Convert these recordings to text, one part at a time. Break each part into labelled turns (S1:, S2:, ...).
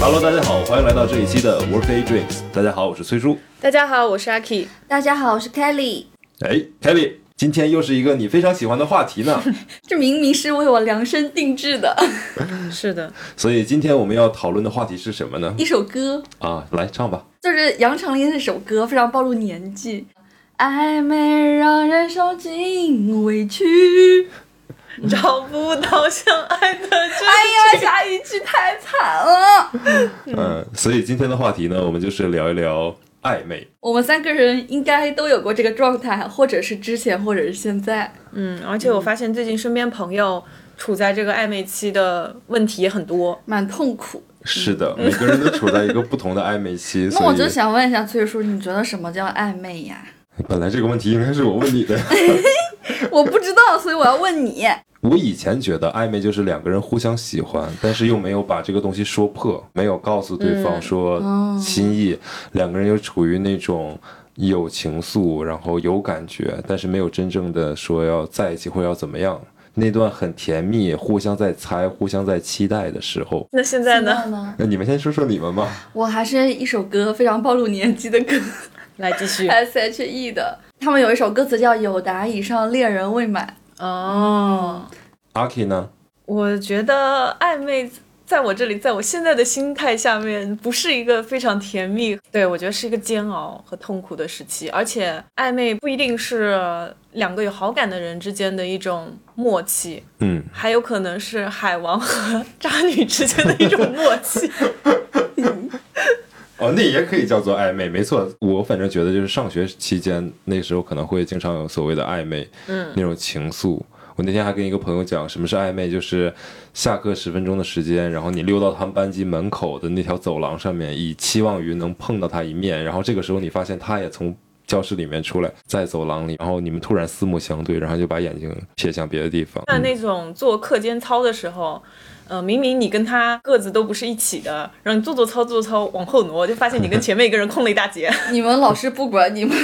S1: Hello，大家好，欢迎来到这一期的 Workday Drinks。大家好，我是崔叔。
S2: 大家好，我是阿 K。
S3: 大家好，我是 Kelly。
S1: 哎，Kelly，今天又是一个你非常喜欢的话题呢，
S3: 这明明是为我量身定制 的
S2: 嗯是的，
S1: 所以今天我们要讨论的话题是什么呢？
S3: 一首歌，
S1: 啊，来唱吧。
S3: 就是杨丞琳那首歌，非常暴露年纪。暧昧让人受尽委屈。
S2: 找不到相爱的真。
S3: 哎呀，下一句太惨了。
S1: 嗯，所以今天的话题呢，我们就是聊一聊暧昧。
S3: 我们三个人应该都有过这个状态，或者是之前，或者是现在。
S2: 嗯，而且我发现最近身边朋友处在这个暧昧期的问题也很多。
S3: 蛮痛苦。
S1: 是的，每个人都处在一个不同的暧昧期，
S3: 那
S1: 所
S3: 我
S1: 以
S3: 就想问一下崔叔，你觉得什么叫暧昧呀？
S1: 本来这个问题应该是我问你的。
S3: 我不知道，所以我要问 你。
S1: 我以前觉得暧昧就是两个人互相喜欢，但是又没有把这个东西说破，没有告诉对方说心意，两个人又处于那种有情愫，然后有感觉，但是没有真正的说要在一起或要怎么样。那段很甜蜜，互相在猜，互相在期待的时候，
S2: 那现在呢？
S3: 呢？
S1: 那你们先说说你们吧。
S3: 我还是一首歌，非常暴露年纪的歌。
S2: 来继续。
S3: S H E 的，他们有一首歌词叫“有达以上恋人未满
S2: 哦，
S1: 阿 K 呢？
S2: 我觉得暧昧在我这里，在我现在的心态下面，不是一个非常甜蜜，对我觉得是一个煎熬和痛苦的时期。而且暧昧不一定是两个有好感的人之间的一种默契，
S1: 嗯，
S2: 还有可能是海王和渣女之间的一种默 契。
S1: 哦，那也可以叫做暧昧，没错。我反正觉得就是上学期间那时候可能会经常有所谓的暧昧，嗯，那种情愫。我那天还跟一个朋友讲，什么是暧昧，就是下课十分钟的时间，然后你溜到他们班级门口的那条走廊上面，以期望于能碰到他一面，然后这个时候你发现他也从教室里面出来，在走廊里，然后你们突然四目相对，然后就把眼睛瞥向别的地方。
S2: 那那种做课间操的时候，呃，明明你跟他个子都不是一起的，然后你做做操做做操往后挪，就发现你跟前面一个人空了一大 截。”。
S3: 你们老师不管你们，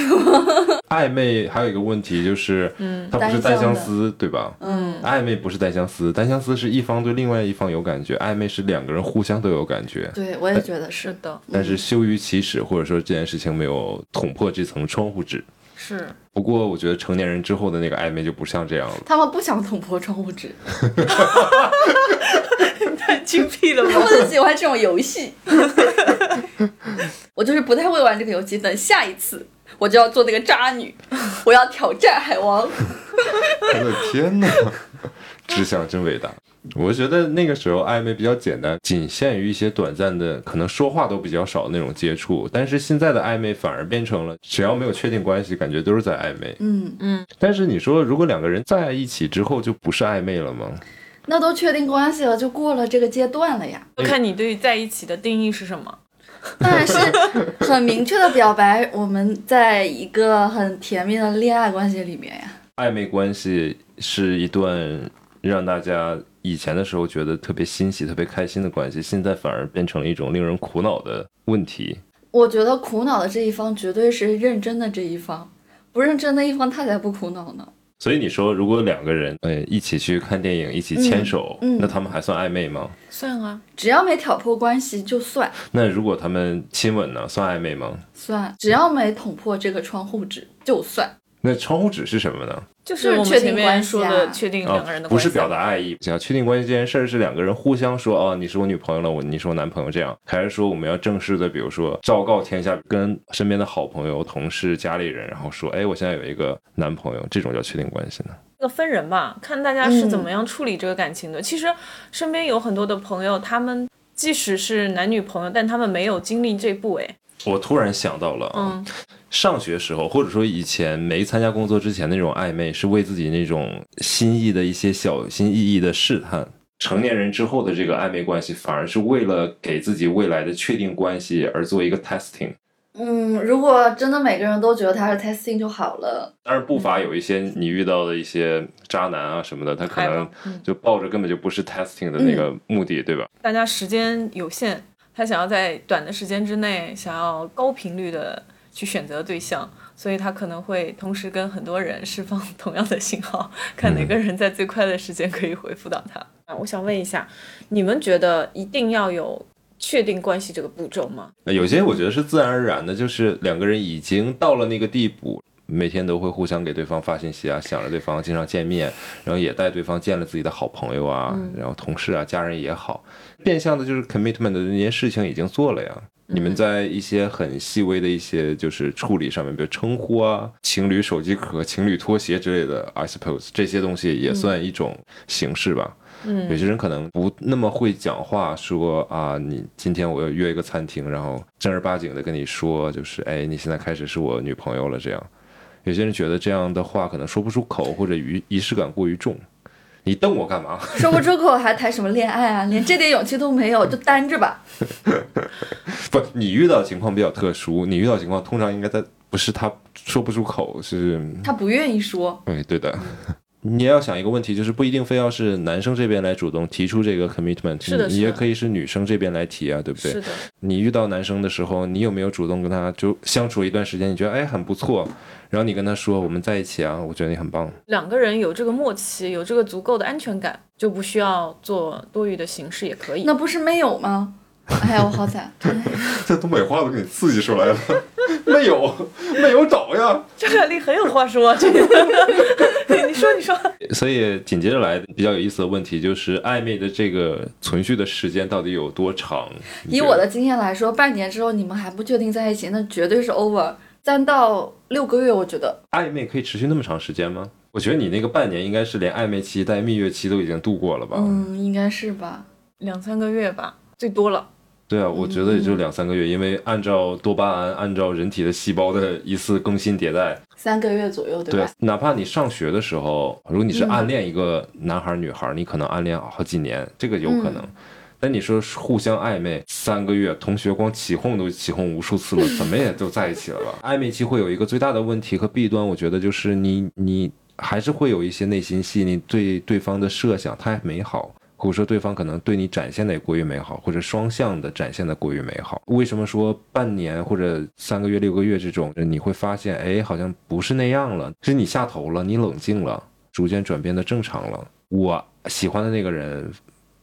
S1: 暧昧还有一个问题就是，嗯，它不是单
S3: 单向
S1: 相
S3: 的
S1: 思，对吧？
S3: 嗯，
S1: 暧昧不是单相思，单相思是一方对另外一方有感觉，暧昧是两个人互相都有感觉，
S3: 对我也觉得是嗯
S2: 是。的，
S1: 但是羞于启齿，或者说这件事情没有捅破这层窗户纸。
S2: 是
S1: 不过我觉得成年人之后的那个暧昧就不像这样了。
S3: 他们不想捅破窗户纸，
S2: 太精辟了
S3: 他
S2: 吧？
S3: 们就喜欢这种游戏。 我就是不太会玩这个游戏，等下一次我就要做那个渣女，我要挑战海王。
S1: 我的天哪， 志向真伟大。我觉得那个时候暧昧比较简单，仅限于一些短暂的，可能说话都比较少的那种接触。但是现在的暧昧反而变成了，只要没有确定关系，感觉都是在暧昧。
S3: 嗯，
S1: 但是你说，如果两个人在一起之后，就不是暧昧了吗？
S3: 那都确定关系了，就过了这个阶段了呀。
S2: 就看你对于在一起的定义是什么。
S3: 当然是很明确的表白，我们在一个很甜蜜的恋爱关系里面呀。
S1: 暧昧关系是一段让大家以前的时候觉得特别欣喜、特别开心的关系，现在反而变成了一种令人苦恼的问题。
S3: 我觉得苦恼的这一方绝对是认真的这一方，不认真的一方他才不苦恼呢。
S1: 所以你说，如果两个人呃一起去看电影，一起牵手，
S3: 嗯嗯
S1: 那他们还算暧昧吗？
S2: 算啊，
S3: 只要没挑破关系就算
S1: 那如果他们亲吻呢，算暧昧吗？
S3: 算，只要没捅破这个窗户纸就算。
S1: 那窗户纸是什么呢？
S2: 就是
S3: 就是
S2: 我们
S3: 确
S2: 前
S3: 定
S2: 面
S3: 关系
S2: 说
S3: 啊
S2: 的确定两个人的
S1: 哦不
S2: 关系，啊
S1: 是表达爱意，想确定关系这件事儿是两个人互相说哦，你是我女朋友了，我你是我男朋友这样，还是说我们要正式的，比如说昭告天下，跟身边的好朋友、同事、家里人，然后说，哎，我现在有一个男朋友，这种叫确定关系呢？
S2: 这个分人吧，看大家是怎么样处理这个感情的。其实身边有很多的朋友，他们即使是男女朋友，但他们没有经历这步哎。
S1: 我突然想到了啊，
S2: 嗯
S1: 上学时候或者说以前没参加工作之前那种暧昧，是为自己那种心意的一些小心翼翼的试探。成年人之后的这个暧昧关系，反而是为了给自己未来的确定关系而做一个 testing。
S3: 嗯，如果真的每个人都觉得他是 testing 就好了。
S1: 当然不乏有一些你遇到的一些渣男啊什么的，他可
S2: 海
S1: 能
S2: 王嗯
S1: 就抱着根本就不是 testing 的那个目的，对吧？
S2: 大家时间有限，他想要在短的时间之内，想要高频率的去选择对象，所以他可能会同时跟很多人释放 同样的信号，看哪个人在最快的时间可以回复到他。啊，我想问一下，你们觉得一定要有确定关系这个步骤吗？
S1: 有些我觉得是自然而然的，就是两个人已经到了那个地步，每天都会互相给对方发信息啊，想着对方，经常见面，然后也带对方见了自己的好朋友啊，然后同事啊、家人也好，变相的就是 commitment 的那件事情已经做了呀。你们在一些很细微的一些就是处理上面，比如称呼啊、情侣手机壳、情侣拖鞋之类的，I suppose 这些东西也算一种形式吧。
S2: 嗯
S1: 有些人可能不那么会讲话，说啊，你今天我要约一个餐厅，然后正儿八经的跟你说，就是哎，你现在开始是我女朋友了这样。有些人觉得这样的话可能说不出口，或者仪仪式感过于重。你瞪我干嘛？
S3: 说不出口还谈什么恋爱啊？连这点勇气都没有，就单着吧。
S1: 不，你遇到的情况比较特殊，你遇到的情况通常应该在不是他说不出口，是
S3: 他不愿意说，
S1: 对对的。你也要想一个问题，就是不一定非要是男生这边来主动提出这个 commitment，
S2: 是的
S1: 你
S2: 是
S1: 你
S2: 的
S1: 也可以是女生这边来提啊，对不对？
S2: 是的，
S1: 你遇到男生的时候，你有没有主动跟他就相处一段时间？你觉得哎很不错，然后你跟他说我们在一起啊，我觉得你很棒。
S2: 两个人有这个默契，有这个足够的安全感，就不需要做多余的形式也可以。
S3: 那不是没有吗？哎呀，我好惨！
S1: 这东北话都给你刺激出来了， 没有没有找呀。
S2: 张凯丽很有话说，啊这 个你说你说，
S1: 所以紧接着来比较有意思的问题就是暧昧的这个存续的时间到底有多长？你
S3: 以
S1: 觉
S3: 我
S1: 得
S3: 的经验来说，半年之后你们还不确定在一起，那绝对是 over。三到六个月，我觉得
S1: 暧昧可以持续那么长时间吗？我觉得你那个半年应该是连暧昧期带蜜月期都已经度过了吧？
S3: 嗯，应该是吧。
S2: 两三个月吧，最多了。
S1: 对啊，我觉得也就两三个月，因为按照多巴胺，按照人体的细胞的一次更新迭代，
S3: 三个月左右，对
S1: 对
S3: 吧？，
S1: 哪怕你上学的时候，如果你是暗恋一个男孩儿女孩儿，你可能暗恋好几年，这个有可能。但你说互相暧昧三个月，同学光起哄都起哄无数次了，怎么也都在一起了吧？ 暧昧期会有一个最大的问题和弊端，我觉得就是你你还是会有一些内心戏，你对对方的设想太美好。或者说对方可能对你展现的也过于美好，或者双向的展现的过于美好。为什么说半年或者三个月、六个月这种，你会发现，哎，好像不是那样了，是你下头了，你冷静了，逐渐转变的正常了。我喜欢的那个人，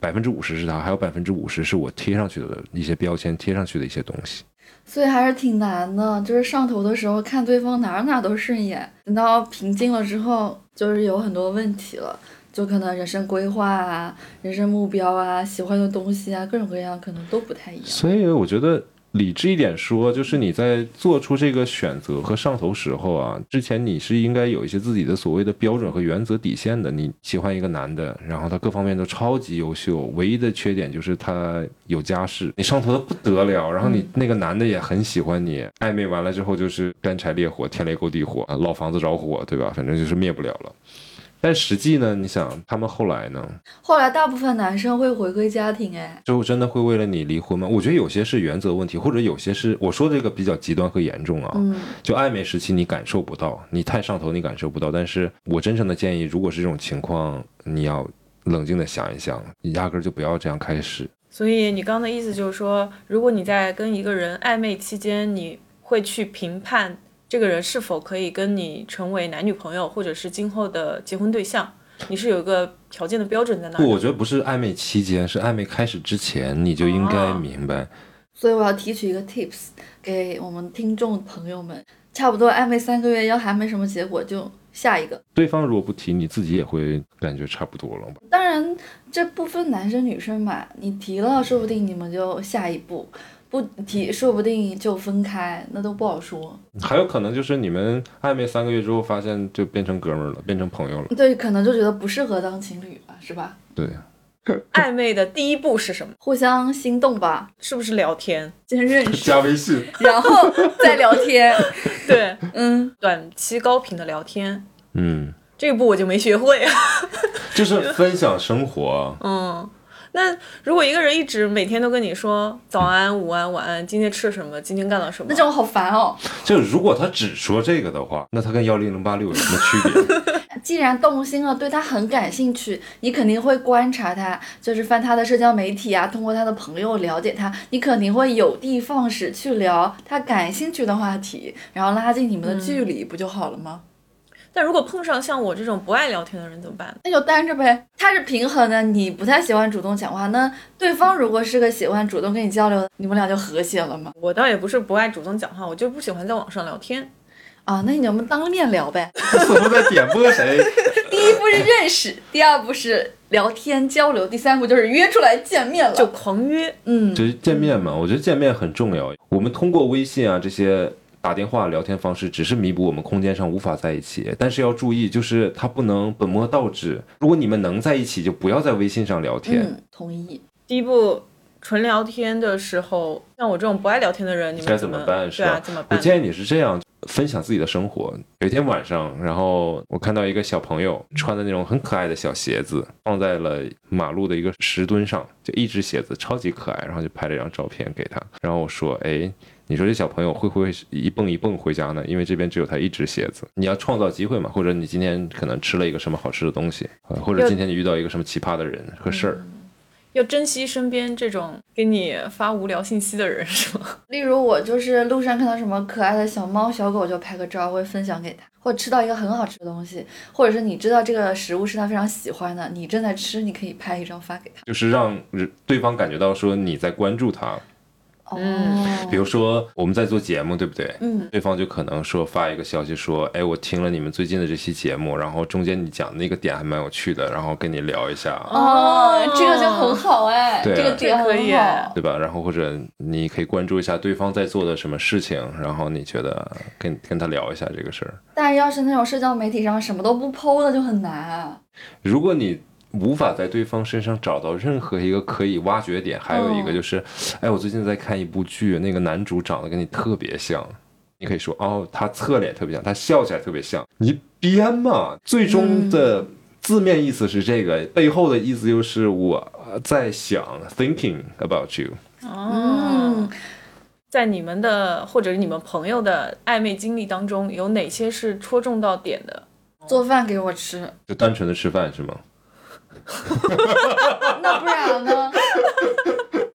S1: 百分之五十是他，还有百分之五十是我贴上去的一些标签，贴上去的一些东西。
S3: 所以还是挺难的，就是上头的时候看对方哪儿哪儿都顺眼，等到平静了之后，就是有很多问题了，就可能人生规划啊、人生目标啊、喜欢的东西啊，各种各样可能都不太一样。
S1: 所以我觉得理智一点说，就是你在做出这个选择和上头时候啊，之前你是应该有一些自己的所谓的标准和原则底线的。你喜欢一个男的，然后他各方面都超级优秀，唯一的缺点就是他有家室，你上头的不得了，然后
S3: 嗯
S1: 你那个男的也很喜欢你，暧昧完了之后就是干柴烈火、天雷勾地火啊，老房子着火，对吧？反正就是灭不了了。但实际呢，你想他们后来呢？
S3: 后来大部分男生会回归家庭，哎，
S1: 最后真的会为了你离婚吗？我觉得有些是原则问题，或者有些是我说这个比较极端和严重啊。
S3: 嗯，
S1: 就暧昧时期你感受不到，你太上头你感受不到。但是我真诚的建议，如果是这种情况，你要冷静的想一想，你压根儿就不要这样开始。
S2: 所以你刚刚的意思就是说，如果你在跟一个人暧昧期间，你会去评判这个人是否可以跟你成为男女朋友，或者是今后的结婚对象，你是有一个条件的标准在那
S1: 不，我
S2: 儿的。
S1: 觉得不是暧昧期间，是暧昧开始之前，你就应该明白。
S3: 所以我要提取一个 tips 给我们听众朋友们，差不多暧昧三个月，要还没什么结果就下一个。
S1: 对方如果不提，你自己也会感觉差不多了吧？
S3: 当然，这不分男生女生嘛，你提了，说不定你们就下一步；不提，说不定就分开，那都不好说。
S1: 还有可能就是你们暧昧三个月之后，发现就变成哥们儿了，变成朋友了。
S3: 对，可能就觉得不适合当情侣啊吧，是吧？
S1: 对，
S2: 暧昧的第一步是什么？
S3: 互相心动吧，
S2: 是不是聊天？
S3: 先认识，
S1: 加微信。
S3: 然后再聊天。
S2: 对，
S3: 嗯，
S2: 短期高频的聊天，
S1: 嗯。
S2: 这一步我就没学会。啊
S1: 就是分享生活，
S2: 嗯，那如果一个人一直每天都跟你说早安、午安、晚安，今天吃什么，今天干了什么，
S3: 那种好烦哦。
S1: 就如果他只说这个的话，那他跟幺零零八六有什么区别？
S3: 既然动心了，对他很感兴趣，你肯定会观察他，就是翻他的社交媒体啊，通过他的朋友了解他，你肯定会有的放矢去聊他感兴趣的话题，然后拉近你们的距离，不就好了吗？
S2: 但如果碰上像我这种不爱聊天的人怎么办？
S3: 那就单着呗。他是平衡的，你不太喜欢主动讲话，那对方如果是个喜欢主动跟你交流的，你们俩就和谐了嘛。
S2: 我倒也不是不爱主动讲话，我就不喜欢在网上聊天。
S3: 啊，那你们当面聊呗。
S1: 怎么在点拨谁？
S3: 第一步是认识，第二步是聊天交流，第三步就是约出来见面了。
S2: 就狂约，
S3: 嗯，
S1: 就是见面嘛，我觉得见面很重要。我们通过微信啊这些打电话聊天方式，只是弥补我们空间上无法在一起，但是要注意，就是它不能本末倒置。如果你们能在一起，就不要在微信上聊天。
S3: 嗯，同意。
S2: 第一步纯聊天的时候，像我这种不爱聊天的人，你
S1: 该
S2: 们
S1: 怎
S2: 么
S1: 么办是
S2: 对
S1: 吧
S2: 啊，怎么
S1: 我
S2: 办？
S1: 建议你是这样，分享自己的生活。有一天晚上，然后我看到一个小朋友穿的那种很可爱的小鞋子，放在了马路的一个石墩上，就一只鞋子超级可爱，然后就拍了一张照片给他。然后我说：“哎，你说这小朋友会不会一蹦一蹦回家呢？因为这边只有他一只鞋子。你要创造机会嘛，或者你今天可能吃了一个什么好吃的东西，呃或者
S2: 要
S1: 今天你遇到一个什么奇葩的人和事儿。
S2: 要珍惜身边这种给你发无聊信息的人，是吗？
S3: 例如我就是路上看到什么可爱的小猫小狗，就拍个照，会分享给他，或者吃到一个很好吃的东西，或者是你知道这个食物是他非常喜欢的，你正在吃，你可以拍一张发给他。
S1: 就是让人对方感觉到说你在关注他，
S3: 哦，
S2: 嗯
S1: 比如说我们在做节目，对不对？
S3: 嗯，
S1: 对方就可能说发一个消息说，哎，我听了你们最近的这期节目，然后中间你讲的那个点还蛮有趣的，然后跟你聊一下，
S3: 哦，这个就很好哎，
S1: 对
S3: 这个点
S2: 这可
S3: 很
S2: 以哎
S3: 好。
S1: 对吧？然后或者你可以关注一下对方在做的什么事情，然后你觉得跟跟他聊一下这个事儿。
S3: 但要是那种社交媒体上什么都不剖的，就很难。
S1: 如果你无法在对方身上找到任何一个可以挖掘点，还有一个
S3: 哦
S1: 就是，哎，我最近在看一部剧，那个男主长得跟你特别像，你可以说哦，他侧脸特别像，他笑起来特别像，你编嘛，最终的字面意思是这个，背后的意思就是我呃在想 thinking about you。
S3: 嗯
S2: 哦，在你们的或者你们朋友的暧昧经历当中，有哪些是戳中到点的？
S3: 做饭给我吃，
S1: 就单纯的吃饭是吗？
S3: 那不然 呢？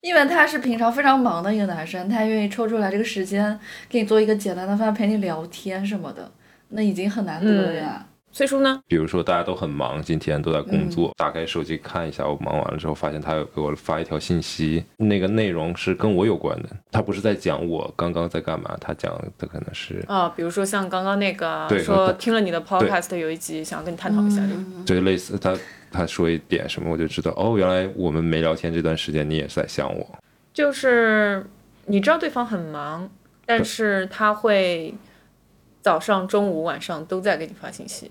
S3: 因为他是平常非常忙的一个男生，他愿意抽出来这个时间给你做一个简单的饭，陪你聊天什么的，那已经很难得了呀。
S2: 崔叔呢？
S1: 比如说大家都很忙，今天都在工作，打开手机看一下，我忙完了之后发现他有给我发一条信息，那个内容是跟我有关的，他不是在讲我刚刚在干嘛，他讲的可能是。
S2: 啊、比如说像刚刚那个
S1: 对
S2: 说
S1: 我
S2: 听了你的 podcast 有一集，想要跟你探讨一下这个。
S1: 就类似他他说一点什么，我就知道哦，原来我们没聊天这段时间你也是在想我，
S2: 就是你知道对方很忙，但是他会早上、中午、晚上都在给你发信息。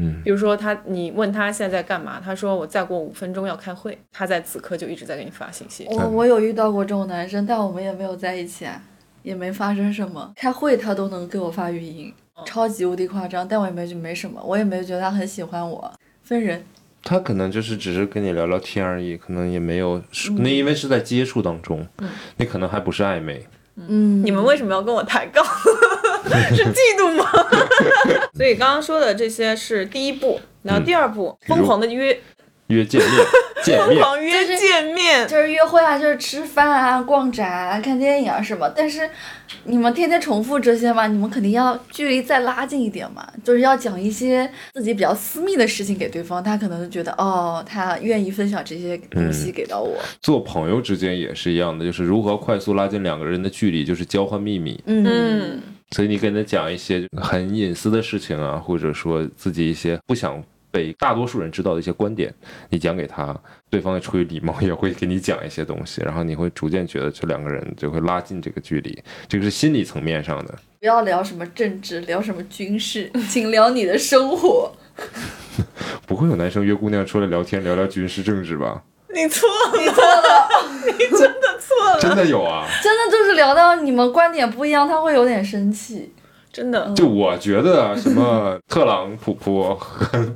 S1: 嗯，
S2: 比如说他，你问他现在在干嘛，他说我再过五分钟要开会，他在此刻就一直在给你发信息。
S3: 我我有遇到过这种男生，但我们也没有在一起啊，也没发生什么。开会他都能给我发语音，
S2: 嗯
S3: 超级无敌夸张，但我也没觉没什么，我也没觉得他很喜欢我。分人，
S1: 他可能就是只是跟你聊聊天而已，可能也没有那因为是在接触当中，那可能还不是暧昧，
S3: 嗯，
S2: 你们为什么要跟我抬杠？ 是嫉妒吗？ 所以刚刚说的这些是第一步，然后第二步，
S1: 嗯比如
S2: 疯狂的约，
S1: 约见面见
S2: 疯
S1: 面，
S2: 狂约见面。
S3: 就是约会啊，就是吃饭啊、逛展啊、看电影啊什么。但是你们天天重复这些嘛，你们肯定要距离再拉近一点嘛，就是要讲一些自己比较私密的事情给对方，他可能就觉得哦，他愿意分享这些东
S1: 嗯
S3: 西给到我。
S1: 做朋友之间也是一样的，就是如何快速拉近两个人的距离，就是交换秘密。
S3: 嗯
S2: 嗯，
S1: 所以你跟他讲一些很隐私的事情啊，或者说自己一些不想被大多数人知道的一些观点，你讲给他，对方也出于礼貌也会给你讲一些东西，然后你会逐渐觉得这两个人就会拉近这个距离，这个是心理层面上的。
S3: 不要聊什么政治，聊什么军事， 请聊你的生活。
S1: 不会有男生约姑娘出来聊天聊聊军事政治吧？
S2: 你错了，
S3: 错了，
S1: 真的有啊！
S3: 真的就是聊到你们观点不一样，他会有点生气。
S2: 真的。
S1: 就我觉得啊什么特朗普普、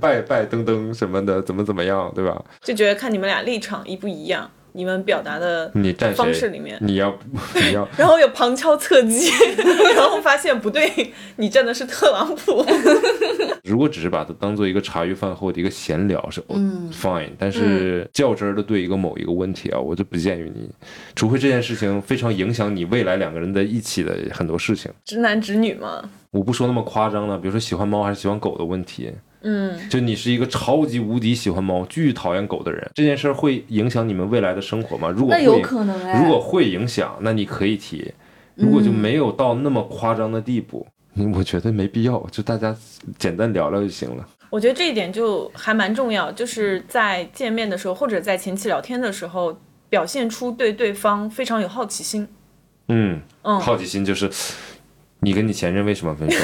S1: 拜拜登登什么的，怎么怎么样，对吧？
S2: 就觉得看你们俩立场一不一样，你们表达的
S1: 你站谁
S2: 方式里面，
S1: 你要 你要
S2: 然后有旁敲侧击， 然后发现不对，你站的是特朗普。
S1: 如果只是把它当做一个茶余饭后的一个闲聊是
S2: 嗯
S3: 嗯
S1: fine，、但是较真儿的对一个某一个问题啊，我就不建议你，除非这件事情非常影响你未来两个人在一起的很多事情。
S2: 直男直女嘛，
S1: 我不说那么夸张了，比如说喜欢猫还是喜欢狗的问题，
S2: 嗯，
S1: 就你是一个超级无敌喜欢猫、巨讨厌狗的人，这件事儿会影响你们未来的生活吗？如果
S3: 那
S1: 会
S3: 有可能哎
S1: 如果会影响，那你可以提；如果就没有到那么夸张的地步，嗯我觉得没必要，就大家简单聊聊就行了。
S2: 我觉得这一点就还蛮重要，就是在见面的时候或者在前期聊天的时候，表现出对对方非常有好奇心。
S1: 嗯，
S2: 嗯
S1: 好奇心就是你跟你前任为什么 分手？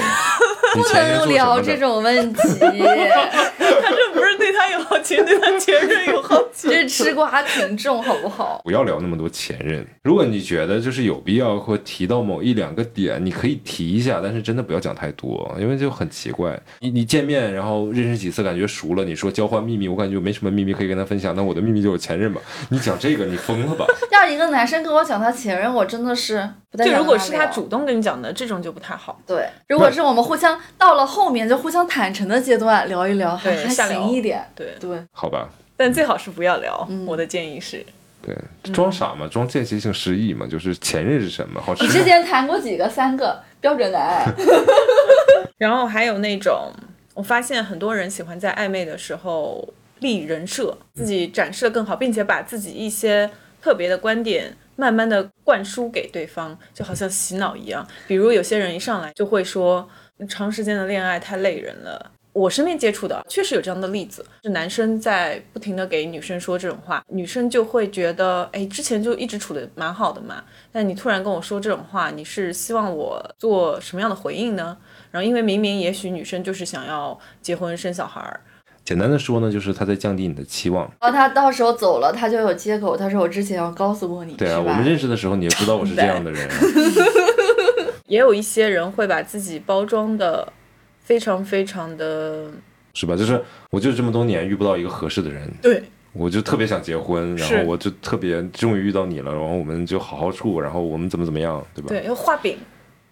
S1: 你
S3: 不
S1: 前任做什
S3: 能
S1: 么
S3: 聊
S1: 的
S3: 这种 问题，
S2: 他这不是对他有好奇，对他前任有好奇。
S3: 这吃瓜群众好不好？
S1: 不要聊那么多前任。如果你觉得就是有必要或提到某一两个点，你可以提一下，但是真的不要讲太多，因为就很奇怪。你你见面然后认识几次，感觉熟了，你说交换秘密，我感觉没什么秘密可以跟他分享，那我的秘密就是前任吧。你讲这个，你疯了吧？
S3: 要一个男生跟我讲他前任，我 真的是不太
S2: 就
S3: 想
S2: 如
S3: 跟
S2: 果是
S3: 他
S2: 他
S3: 聊
S2: 主动跟你讲的，这种就不太好。
S3: 对，如果是我们互相到了后面就互相坦诚的阶段聊一聊，还
S2: 对
S3: 还
S2: 下聊
S3: 行一点。
S2: 对，
S3: 对，
S1: 好吧，
S2: 但最好是不要聊。
S3: 嗯
S2: 我的建议是，
S1: 对，装傻嘛，装间歇性失忆嘛，就是前任是什么？好吃
S3: 你
S1: 吗
S3: 之前谈过几个？三个标准答 案。
S2: 然后还有那种，我发现很多人喜欢在暧昧的时候立人设，自己展示的更好，并且把自己一些特别的观点慢慢的灌输给对方，就好像洗脑一样。比如有些人一上来就会说，长时间的恋爱太累人了。我身边接触的确实有这样的例子，是男生在不停的给女生说这种话，女生就会觉得，哎，之前就一直处的蛮好的嘛，但你突然跟我说这种话，你是希望我做什么样的回应呢？然后因为明明也许女生就是想要结婚生小孩儿，
S1: 简单的说呢，就是他在降低你的期望。
S3: 然后他到时候走了，他就有借口，他说我之前有告诉过你，
S1: 对啊，
S3: 是
S1: 我
S3: 吧
S1: 们？认识的时候你也知道我是这样的人啊，
S2: 也有一些人会把自己包装的非常非常的
S1: 是吧？就是我就这么多年遇不到一个合适的人，
S2: 对，
S1: 我就特别想结婚，然
S2: 是
S1: 后我就特别终于遇到你了，然后我们就好好处，然后我们怎么怎么样，对吧？
S2: 对，要画饼，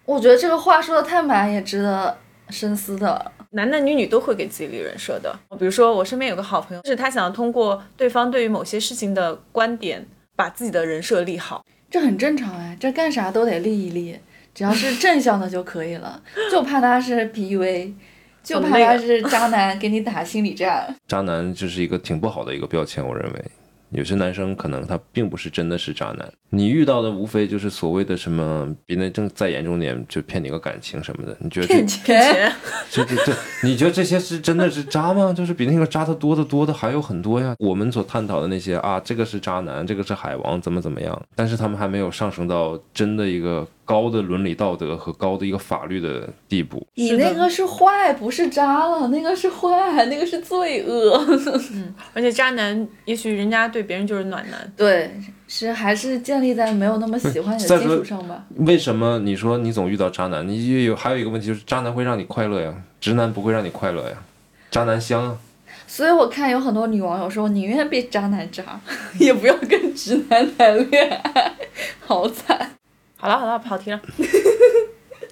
S3: 我觉得这个话说的太满，也值得深思的。
S2: 男男女女都会给自己立人设的。比如说我身边有个好朋友，就是他想要通过对方对于某些事情的观点，把自己的人设立好。
S3: 这很正常哎，这干啥都得立一立，只要是正向的就可 以了。就怕他是 PUA，就怕
S2: 很累啊
S3: 他是渣男给你打心 理战。
S1: 渣男就是一个挺不好的一个标签，我认为。有些男生可能他并不是真的是渣男，你遇到的无非就是所谓的什么，比那更再严重点，就骗你个感情什么的。你觉得这
S3: 骗钱，
S1: 这这这，你觉得这些是真的是渣吗？ 就是比那个渣的多的多的还有很多呀。我们所探讨的那些啊，这个是渣男，这个是海王，怎么怎么样，但是他们还没有上升到真的一个高的伦理道德和高的一个法律的地步。
S3: 你
S2: 是的
S3: 那个是坏，不是渣了，那个是坏，那个是罪恶。
S2: 而且渣男也许人家对别人就是暖男，
S3: 对，是还是建立在没有那么喜欢你
S1: 再
S3: 的基
S1: 说
S3: 础上吧。
S1: 为什么你说你总遇到渣男？你也有还有一个问题就是，渣男会让你快乐呀，直男不会让你快乐呀，渣男香啊。
S3: 所以我看有很多女网友说，宁愿被渣男渣， 也不要跟直男谈恋爱，好惨。
S2: 好了好了，跑题了。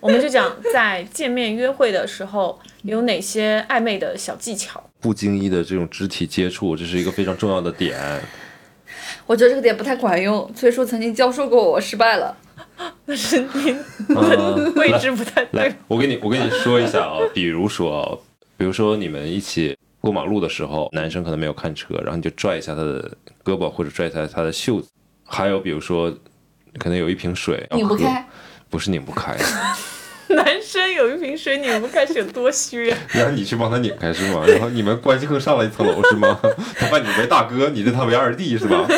S2: 我们就讲在见面约会的时候有哪些暧昧的小技巧。
S1: 不经意的这种肢体接触，这是一个非常重要的点。
S3: 我觉得这个点不太管用。崔叔曾经教授过我，失败了。
S2: 但是您
S1: 嗯
S2: 位置不太对
S1: 来，，我跟你我跟你说一下啊、 比如说啊，比如说你们一起过马路的时候，男生可能没有看车，然后你就拽一下他的胳膊或者拽一下他的袖子。还有比如说，可能有一瓶水要
S3: 拧不
S1: 喝
S3: 开，
S1: 不是拧不开，
S2: 男生有一瓶水拧不开是有多虚啊？
S1: 然后你去帮他拧开是吗？然后你们关系更上了一层楼是吗？ 他拜你为大哥，你认他为二弟是吧？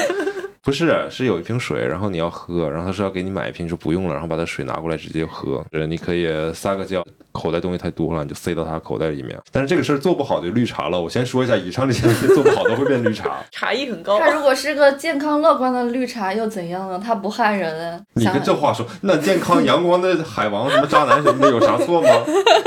S1: 不是，是有一瓶水，然后你要喝，然后他说要给你买一瓶，你说不用了，然后把他水拿过来直接喝。呃，你可以撒个娇，口袋东西太多了，你就塞到他口袋里面。但是这个事儿做不好就绿茶了。我先说一下，以上这些东西做不好都会变绿茶。
S2: 茶艺很高
S3: 他如果是个健康乐观的绿茶又怎样呢？他不害人。
S1: 你
S3: 想
S1: 跟这话说，那健康阳光的海王什么渣男什么的有 啥错吗？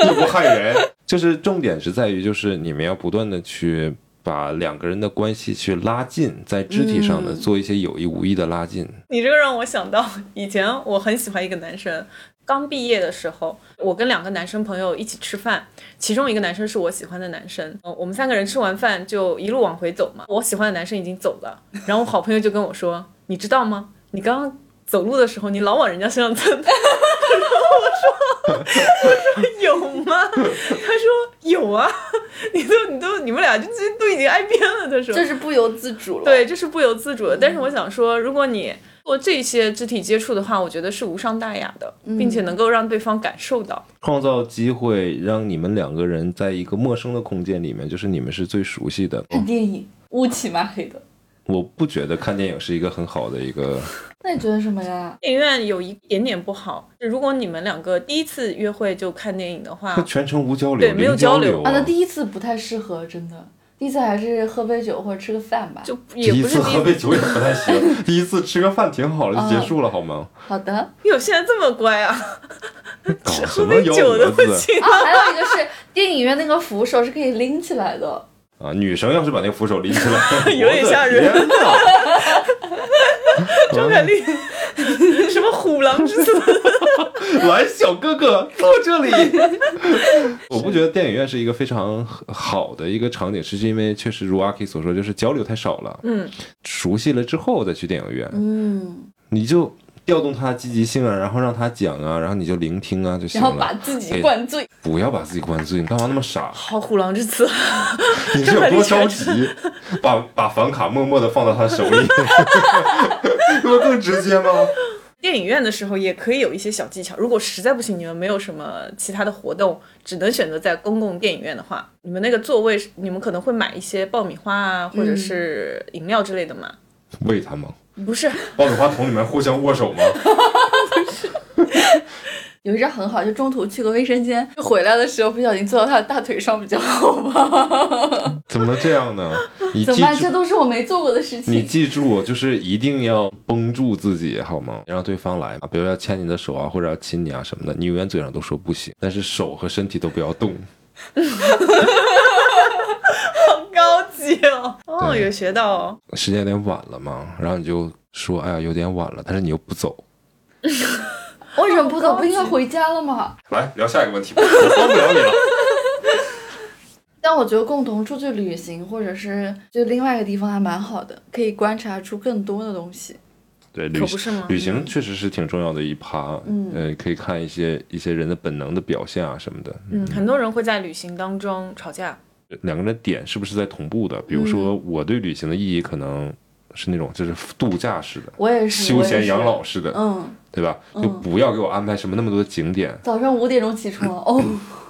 S1: 又不害人。就是重点是在于，就是你们要不断的去把两个人的关系去拉近，在肢体上的
S3: 嗯
S1: 做一些有意无意的拉近。
S2: 你这个让我想到以前我很喜欢一个男生，刚毕业的时候，我跟两个男生朋友一起吃饭，其中一个男生是我喜欢的男生，呃我们三个人吃完饭就一路往回走嘛，我喜欢的男生已经走了，然后我好朋友就跟我说，你知道吗？你刚刚走路的时候，你老往人家身上蹭。然 后我说，我说有吗？他说有啊， 你都你都你们俩就就都已经挨边了。他说
S3: 这是不由自主了。，
S2: 对，这是不由自主的。但是我想说，如果你做这些肢体接触的话，我觉得是无伤大雅的，并且能够让对方感受到。
S1: 创造机会，让你们两个人在一个陌生的空间里面，就是你们是最熟悉的。
S2: 嗯
S3: 看电影乌漆嘛黑的。
S1: 我不觉得看电影是一个很好的一个，
S2: 啊
S3: 那你觉得什么呀？
S2: 电影院有一点点不好，如果你们两个第一次约会就看电影 的话
S1: 它，全程无交流，
S2: 对没有
S1: 零
S2: 交
S1: 交
S2: 流
S1: 啊
S3: 啊，那第一次不太适合，真的。第一次还是喝杯酒或者吃个饭吧。
S2: 就也
S1: 第一
S2: 不是
S1: 次
S2: 第
S1: 喝
S2: 一嗯
S1: 杯
S2: 次。
S1: 酒也不太 行，第一次吃个饭挺好的，就结束了好吗？
S3: 好的。啊，
S2: 哟，现在这么乖啊，
S1: 搞什
S2: 喝
S1: 么
S2: 杯
S1: 幺
S2: 酒都
S1: 蛾
S2: 不
S1: 子
S2: 行。
S3: 还有一个是电影院那个扶手是可以拎起来的。
S1: 啊！女生要是把那个扶手拎起 来，
S2: 有点吓
S1: 我
S2: 人
S1: 的天哪。
S2: 张凯丽， 什么虎狼之词？
S1: 来，小哥哥坐这里。 我不觉得电影院是一个非常好的一个场景，是因为确实如阿 K 所说，就是交流太少了。
S2: 嗯，
S1: 熟悉了之后再去电影院，
S3: 嗯，
S1: 你就调动他积极性啊，然后让他讲啊，然后你就聆听啊就行
S3: 然后把
S1: 了。
S3: 自己灌醉。
S1: 不要把自己灌醉，你干嘛那么 傻？
S2: 好虎狼之词，啊
S1: 你是有多着急？把把房卡默默的放到他手 里，那不更直接吗？
S2: 电影院的时候也可以有一些小技巧。如果实在不行，你们没有什么其他的活动，只能选择在公共电影院的话，你们那个座位是，你们可能会买一些爆米花啊，或者是饮料之类的嘛。
S1: 喂他吗？
S2: 不是，
S1: 爆米花桶里面互相握 手吗？
S3: 有一张很好，就中途去个卫生间，回来的时候不小心坐到他的大腿上比较好吧？
S1: 怎么这样呢？你
S3: 怎
S1: 记
S3: 么办？
S1: 住
S3: 这都是我没做过的事
S1: 你
S3: 情。
S1: 记住，就是一定要绷住自己，好吗？让对方来，比如要牵你的手啊，或者要亲你啊什么的，你永远嘴上都说不行，但是手和身体都不要动。
S2: 好高级哦。哦，
S1: 对
S2: 有学到哦。
S1: 时间有点晚了嘛，然后你就说，哎呀，有点晚了，但是你又不走。
S3: 为什么不走？不应该回家了吗？
S1: 来聊下一个问题吧， 我帮不了你了。
S3: 但我觉得共同出去旅行，或者是就另外一个地方还蛮好的，可以观察出更多的东西。
S1: 对，
S2: 可
S1: 旅
S2: 不是
S1: 行
S2: 吗
S1: 旅行确实是挺重要的一趴，嗯，呃，可以看一些一些人的本能的表现啊什么的。
S2: 嗯，很多人会在旅行当中吵架。
S1: 两个人的点是不是在同步的？比如说，
S3: 嗯
S1: 我对旅行的意义可能是那种就是度假式的、
S3: 我也是
S1: 休
S3: 我也
S1: 闲
S3: 是
S1: 养老式的，
S3: 嗯，
S1: 对吧？就不要给我安排什么那么多景点，
S3: 早上五点钟起床哦，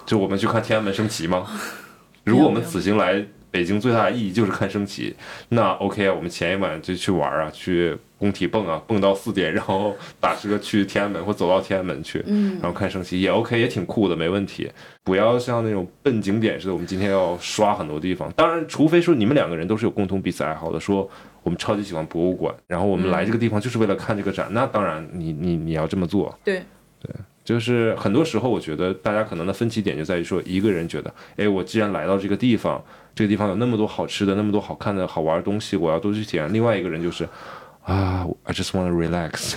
S1: 就我们去看天安门升旗吗？ 如果我们此行来北京最大的意义就是看升旗，那 OK 啊，我们前一晚就去玩啊，去工体蹦啊，蹦到四点，然后打车去天安门或走到天安门去，
S3: 嗯
S1: 然后看升旗也 OK，也挺酷的，没问题。不要像那种奔景点似的，我们今天要刷很多地方。当然，除非说你们两个人都是有共同彼此爱好的，说。我们超级喜欢博物馆，然后我们来这个地方就是为了看这个展。那当然你，你你要这么做，
S2: 对，
S1: 就是很多时候，我觉得大家可能的分歧点就在于说，一个人觉得，哎，我既然来到这个地方，这个地方有那么多好吃的、那么多好看的、好玩的东西，我要多去体验。另外一个人就是，啊，I just want to relax。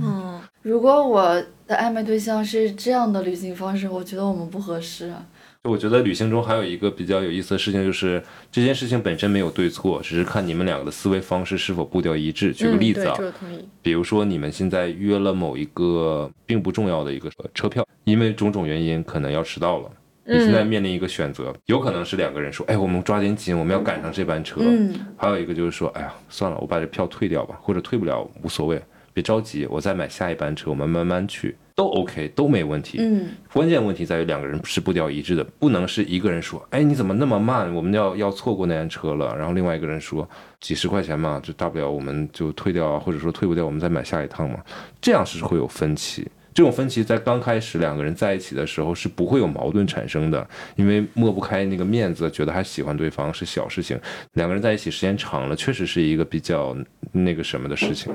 S2: 嗯
S3: 如果我的暧昧对象是这样的旅行方式，我觉得我们不合适啊。
S1: 就我觉得旅行中还有一个比较有意思的事情，就是这件事情本身没有对错，只是看你们两个的思维方式是否步调一致。举个
S2: 嗯
S1: 例子
S2: 对
S1: 啊，
S2: 这个同意。
S1: 比如说你们现在约了某一个并不重要的一个呃车票，因为种种原因可能要迟到了。你现在
S2: 嗯
S1: 面临一个选择，有可能是两个人说：“哎，我们抓紧紧，我们要赶上这班车。
S3: 嗯
S1: 还有一个就是说：“哎呀，算了，我把这票退掉吧，或者退不了无所谓，别着急，我再买下一班车，我们慢慢去，都 OK，都没问题。
S3: 嗯，
S1: 关键问题在于两个人是步调一致的，不能是一个人说：“哎，你怎么那么慢？我们要要错过那辆车了。”然后另外一个人说：“几十块钱嘛，就大不了我们就退掉啊，或者说退不掉，我们再买下一趟嘛。”这样是会有分歧。这种分歧在刚开始两个人在一起的时候是不会有矛盾产生的，因为抹不开那个面子，觉得还喜欢对方是小事情。两个人在一起时间长了，确实是一个比较那个什么的事情。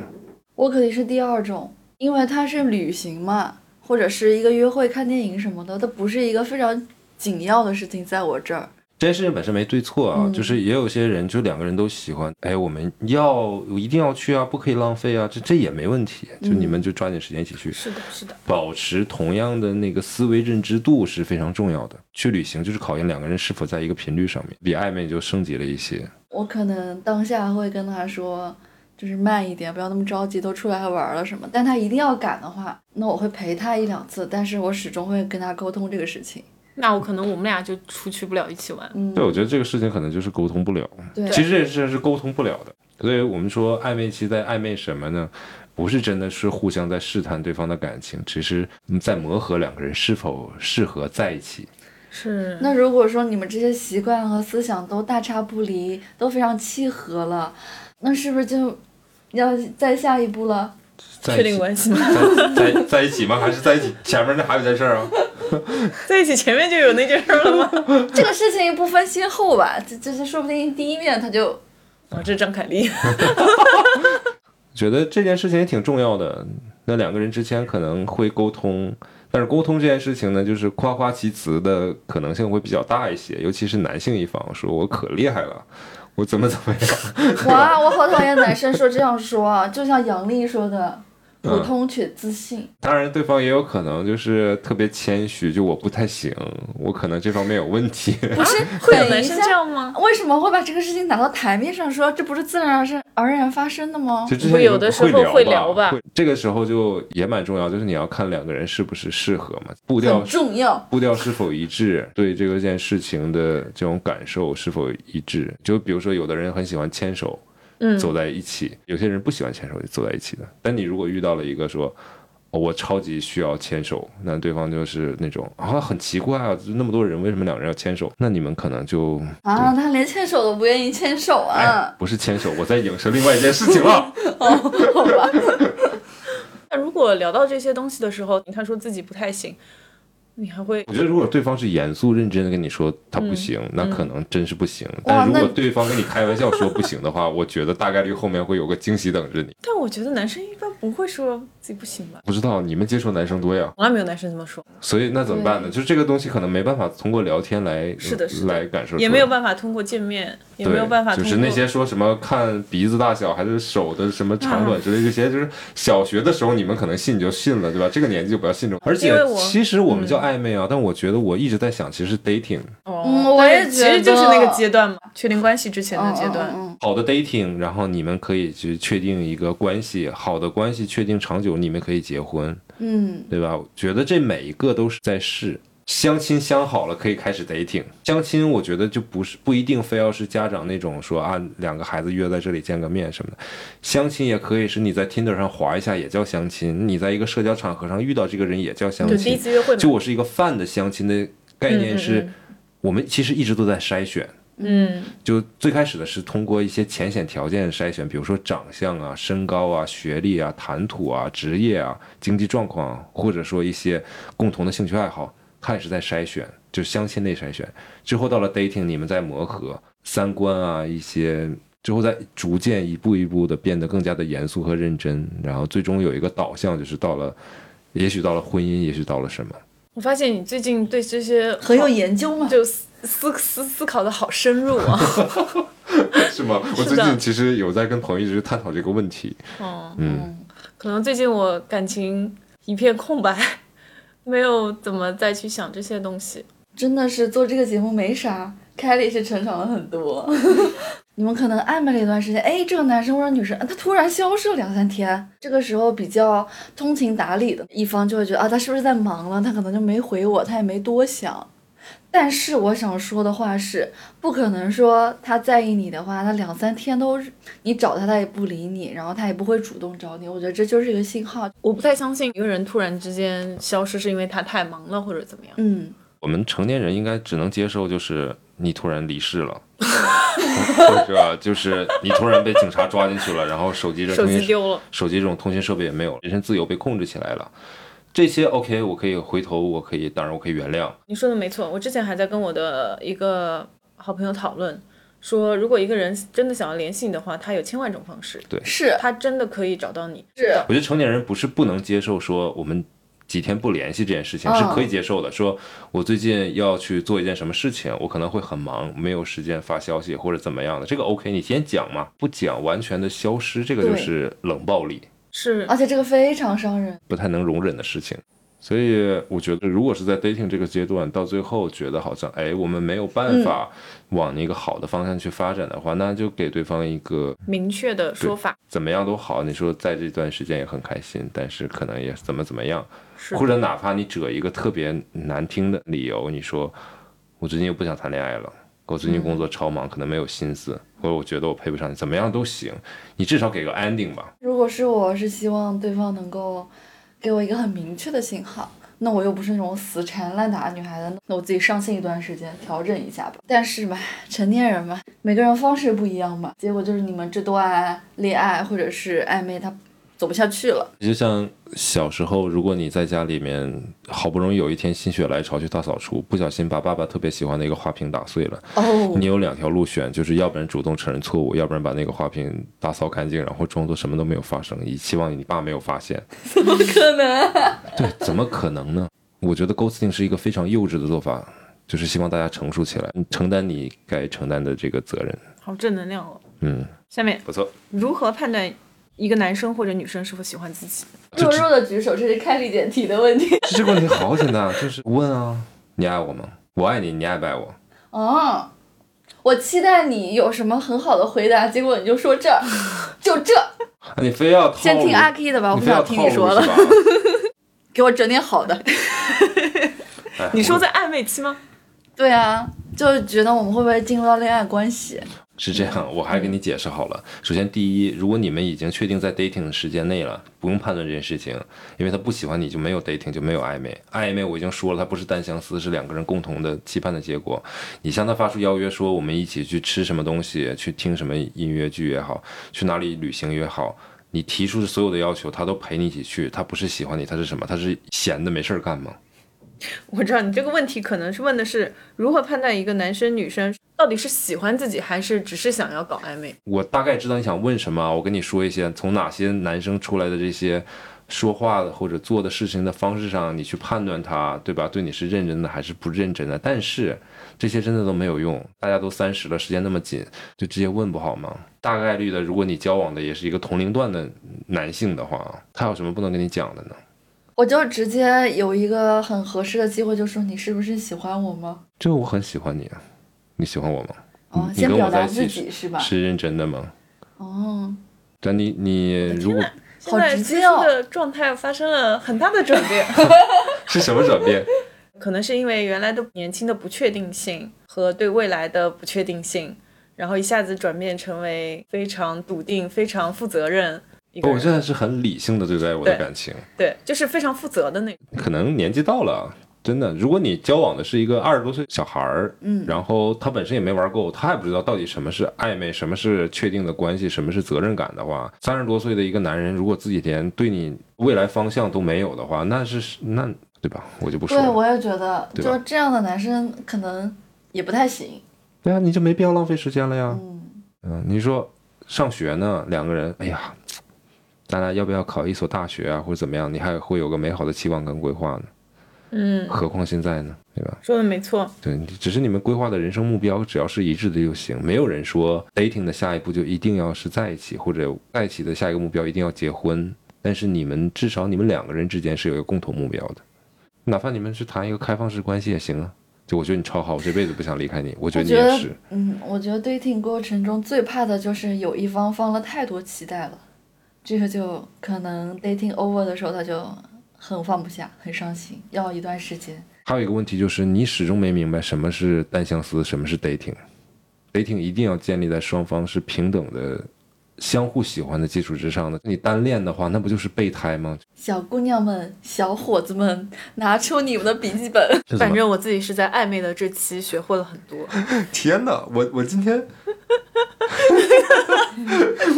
S3: 我肯定是第二种，因为它是旅行嘛，或者是一个约会、看电影什么的，它不是一个非常紧要的事情，在我这儿。
S1: 这件事情本身没对错啊，
S3: 嗯
S1: 就是也有些人就两个人都喜欢，哎，我们要一定要去啊，不可以浪费啊，这这也没问题，就你
S3: 嗯
S1: 们就抓紧时间一起去。
S2: 是的，是的，
S1: 保持同样的那个思维认知度是非常重要的。去旅行就是考验两个人是否在一个频率上面，比暧昧就升级了一些。
S3: 我可能当下会跟他说，就是慢一点，不要那么着急，都出来玩了什么。但他一定要赶的话，那我会陪他一两次，但是我始终会跟他沟通这个事情。
S2: 那我可能我们俩就出去不了一起玩。
S3: 嗯，
S1: 对，我觉得这个事情可能就是沟通不了。
S3: 对
S1: 其实这件事情是沟通不了的。所以我们说暧昧期在暧昧什么呢？不是真的是互相在试探对方的感情，只是在磨合两个人是否适合在一起。
S2: 是
S3: 那如果说你们这些习惯和思想都大差不离，都非常契合了，那是不是就要再下一步了？
S1: 在
S2: 确
S1: 一
S2: 定
S1: 起
S2: 关系吗？
S1: 在在在一起吗？还是在一起？前面那还有件事儿啊？
S2: 在一起前面就有那件事儿了 吗？
S3: 这个事情不分先后吧，这这这说不定第一面 他就
S2: 哦，这是张凯丽。
S1: 觉得这件事情也挺重要的。那两个人之间可能会沟通，但是沟通这件事情呢，就是夸夸其词的可能性会比较大一些，尤其是男性一方说我可厉害了，我怎么怎么 样，
S3: 哇，我好讨厌男生说这样说啊，就像杨笠说的，
S1: 嗯
S3: 普通且自信。
S2: 啊
S1: 当然，对方也有可能就是特别谦虚，就我不太行，我可能这方面有问 题。
S3: 不是，
S2: 会有
S3: 等
S2: 男
S3: 一
S2: 生
S3: 下
S2: 这样吗？
S3: 为什么会把这个事情拿到台面上说？这不是自然而然而然发生的吗？
S1: 就之
S2: 不
S1: 前
S2: 有的时候
S1: 会
S2: 会聊吧
S1: 会这个时候就也蛮重要，就是你要看两个人是不是适合嘛，步调
S3: 很重要。
S1: 步调是否一致，对这个件事情的这种感受是否一致。就比如说，有的人很喜欢牵手
S2: 嗯，
S1: 走在一起，有些人不喜欢牵手走在一起的。但你如果遇到了一个说、哦我超级需要牵手，那对方就是那种啊很奇怪啊，就那么多人为什么两个人要牵手？那你们可能就
S3: 啊，他连牵手都不愿意牵手
S1: 哎
S3: 啊！
S1: 不是牵手，我在影射另外一件事情了。
S2: 那如果聊到这些东西的时候，他说自己不太行，你还会
S1: 我觉得如果对方是严肃认真的跟你说他不行，那可能真是不行。但如
S3: 那
S1: 果对方跟你开玩笑说不行的话，我觉得大概率后面会有个惊喜等着你。
S2: 但我觉得男生一般不会说自己不行吧，
S1: 不知道你们接触男生多呀，
S2: 从来没有男生这么说，
S1: 所以那怎么办呢？就是这个东西可能没办法通过聊天来呃
S2: 是的是的
S1: 来感受出来，
S2: 也没有办法通过见面，也
S1: 对
S2: 没有办法通
S1: 就
S2: 过
S1: 是那些说什么看鼻子大小还是手的什么长短之类这
S2: 啊
S1: 些，就是小学的时候你们可能信就信了，对吧？这个年纪就不要信这种。而
S2: 因
S1: 且
S2: 为我嗯
S1: 其实我们叫暧昧啊，但我觉得我一直在想，其实是 dating
S2: 哦，
S3: 嗯我
S2: 但
S3: 也
S2: 是
S3: 觉
S2: 其实就是
S3: 得
S2: 那个阶段嘛，确定关系之前的
S3: 嗯
S2: 阶段。
S3: 嗯嗯
S1: 好的 dating，然后你们可以去确定一个关系，好的关系确定长久，你们可以结婚，
S3: 嗯，
S1: 对吧？觉得这每一个都是在试。相亲相好了，可以开始 dating。相亲，我觉得就不是不一定非要是家长那种说啊，两个孩子约在这里见个面什么的。相亲也可以是你在 Tinder 上滑一下，也叫相亲；你在一个社交场合上遇到这个人，也
S3: 嗯
S1: 叫相
S2: 就第一
S1: 亲。
S2: 次约会嘛，
S1: 就我是一个泛的相亲的概念是，
S2: 嗯嗯
S1: 我们其实一直都在筛选。
S2: 嗯，
S1: 就最开始的是通过一些浅显条件筛选，比如说长相啊、身高啊、学历啊、谈吐啊、职业啊、经济状况啊，或者说一些共同的兴趣爱好，开始在筛选，就相亲类筛选。之后到了 dating，你们在磨合三观啊，一些之后再逐渐一步一步的变得更加的严肃和认真，然后最终有一个导向，就是到了，也许到了婚姻，也许到了什么。
S2: 我发现你最近对这些
S3: 很有研究嘛。
S2: 就思思思思考的好深入 啊。
S1: 是吗？我
S2: 是
S1: 最
S2: 的
S1: 近其实有在跟朋友一直探讨这个问题。
S2: 哦，
S1: 嗯，
S2: 可能最近我感情一片空白，没有怎么再去想这些东西。
S3: 真的是做这个节目没啥，凯莉是成长了很多。 你们可能暧昧了一段时间，哎，这个男生或者女生，啊他突然消失了两三天，这个时候比较通情达理的一方就会觉得啊，他是不是在忙了？他可能就没回我，他也没多想。但是我想说的话是，不可能说他在意你的话，他两三天都你找他，他也不理你，然后他也不会主动找你。我觉得这就是一个信号。
S2: 我不太相信一个人突然之间消失是因为他太忙了或者怎么样。
S3: 嗯，
S1: 我们成年人应该只能接受，就是你突然离世了，或者就是你突然被警察抓进去了，然后手机这
S2: 手
S1: 通
S2: 机
S1: 讯
S2: 丢了，
S1: 手机这种通讯设备也没有，人身自由被控制起来了。这些 OK，我可以回头，我可以，当然我可以原谅。
S2: 你说的没错。我之前还在跟我的一个好朋友讨论，说如果一个人真的想要联系你的话，他有千万种方式，
S3: 是
S2: 他真的可以找到你。
S3: 是，
S1: 我觉得成年人不是不能接受说我们几天不联系这件事情是
S2: 嗯
S1: 可以接受的。说我最近要去做一件什么事情，我可能会很忙，没有时间发消息或者怎么样的，这个 OK，你先讲嘛，不讲完全的消失，这个就
S3: 对
S1: 是冷暴力，
S2: 是
S3: 而且这个非常伤人。
S1: 不太能容忍的事情。所以我觉得，如果是在 dating 这个阶段，到最后觉得好像，哎，我们没有办法往一个好的方向去发展的话，那就给对方一个
S2: 明确的说法，
S1: 怎么样都好。你说在这段时间也很开心，但是可能也怎么怎么样，
S2: 是
S1: 或者哪怕你扯一个特别难听的理由，你说我最近又不想谈恋爱了，我最近工作超忙，可能没有心思，或者我觉得我配不上你，怎么样都行，你至少给个 ending 吧。
S3: 如果是我是希望对方能够给我一个很明确的信号，那我又不是那种死缠烂打的女孩子，那我自己上心一段时间调整一下吧。但是嘛，成年人嘛，每个人方式不一样嘛，结果就是你们这段恋爱或者是暧昧，它走不下去了。
S1: 就像小时候，如果你在家里面好不容易有一天心血来潮去大扫除，不小心把爸爸特别喜欢的一个花瓶打碎了，
S3: 哦
S1: 你有两条路选，就是要不然主动承认错误，要不然把那个花瓶打扫干净，然后装作什么都没有发生，以期望你爸没有发现。
S3: 不可能。
S1: 对，怎么可能呢？我觉得 ghosting 是一个非常幼稚的做法，就是希望大家成熟起来，承担你该承担的这个责任。
S2: 好正能量哦。
S1: 嗯，
S2: 下面
S1: 不错，
S2: 如何判断一个男生或者女生是否喜欢自己？
S1: 就
S3: 弱弱的举手，这是开理解题的问题。
S1: 这个问题好简单，就是问啊，你爱我吗？我爱你，你爱不爱我？
S3: 哦，我期待你有什么很好的回答，结果你就说这儿，就这。
S1: 啊你非 要套路，
S3: 先听阿 K 啊的吧，我
S1: 你
S3: 不
S1: 非要
S3: 想听
S1: 套
S3: 你
S1: 路
S3: 说
S1: 是
S3: 了，
S1: 吧？
S3: 给我整点好的。
S1: 哎
S2: 你说
S1: 我
S2: 在暧昧期吗？
S3: 对啊，就觉得我们会不会进入到恋爱关系？
S1: 是这样，我还给你解释好了。首先，第一，如果你们已经确定在 dating 的时间内了，不用判断这件事情，因为他不喜欢你就没有 dating，就没有暧昧。暧昧我已经说了，它不是单相思，是两个人共同的期盼的结果。你向他发出邀约，说我们一起去吃什么东西，去听什么音乐剧也好，去哪里旅行也好。你提出的所有的要求，他都陪你一起去。他不是喜欢你，他是什么？他是闲的没事儿干吗？
S2: 我知道你这个问题可能是问的是如何判断一个男生女生到底是喜欢自己还是只是想要搞暧昧。
S1: 我大概知道你想问什么，我跟你说一些从哪些男生出来的这些说话的或者做的事情的方式上，你去判断他，对吧？对你是认真的还是不认真的？但是这些真的都没有用，大家都三十了，时间那么紧，就直接问不好吗？大概率的，如果你交往的也是一个同龄段的男性的话，啊他有什么不能跟你讲的呢？
S3: 我就直接有一个很合适的机会，就说你是不是喜欢我吗？
S1: 这个我很喜欢你啊，你喜欢我吗？
S3: 哦，
S1: 嗯你
S3: 先
S1: 跟
S3: 表
S1: 我在
S3: 达
S1: 一起
S3: 自己是
S2: 啊
S3: 吧？
S1: 是认真的吗？
S3: 哦，
S1: 但你你如果
S2: 现在
S3: 直
S2: 接
S3: 接
S2: 触
S3: 哦
S2: 的状态发生了很大的转变，
S1: 是什么转变？
S2: 可能是因为原来的年轻的不确定性和对未来的不确定性，然后一下子转变成为非常笃定、非常负责任 一个
S1: 哦我
S2: 人，
S1: 现在是很理性的对待我的
S2: 对
S1: 感情。
S2: 对，就是非常负责的那种。
S1: 可能年纪到了，真的，如果你交往的是一个二十多岁小孩儿，
S3: 嗯
S1: 然后他本身也没玩够，他也不知道到底什么是暧昧，什么是确定的关系，什么是责任感的话，三十多岁的一个男人，如果自己连对你未来方向都没有的话，那是那对吧？我就不说
S3: 对，
S1: 了。
S3: 我也觉得，
S1: 对
S3: 就
S1: 吧
S3: 是这样的男生可能也不太行。
S1: 对啊，你就没必要浪费时间了呀。
S3: 嗯，
S1: 嗯，你说上学呢，两个人，哎呀，咱俩要不要考一所大学啊，或者怎么样？你还会有个美好的期望跟规划呢。
S2: 嗯，
S1: 何况现在呢，对吧？
S2: 说的没错，
S1: 对，只是你们规划的人生目标只要是一致的就行，没有人说 dating 的下一步就一定要是在一起，或者在一起的下一个目标一定要结婚。但是你们至少你们两个人之间是有一个共同目标的，哪怕你们去谈一个开放式关系也行啊。就我觉得你超好，我这辈子不想离开你，我觉
S3: 我
S1: 得你
S3: 觉
S1: 也
S3: 得
S1: 是。，
S3: 嗯，我觉得 dating 过程中最怕的就是有一方放了太多期待了，这个就可能 dating over 的时候他就很放不下，很伤心，要一段时间。
S1: 还有一个问题就是，你始终没明白什么是单相思，什么是 dating。dating 一定要建立在双方是平等的、相互喜欢的基础之上的。你单恋的话，那不就是备胎吗？
S3: 小姑娘们、小伙子们，拿出你们的笔记本。
S1: 这怎
S2: 反
S1: 么
S2: 正我自己是在暧昧的这期学会了很多。
S1: 天哪，我我今天，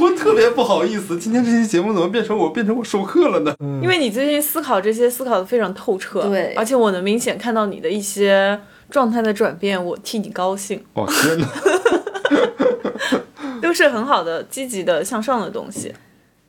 S1: 我特别不好意思，今天这期节目怎么变成我变成我授课了呢？
S2: 因为你最近思考这些思考的非常透彻，
S3: 对
S2: 而且我能明显看到你的一些状态的转变，我替你高兴，
S1: 哦天 哪，
S2: 嗯都是很好的、积极的、向上的东西。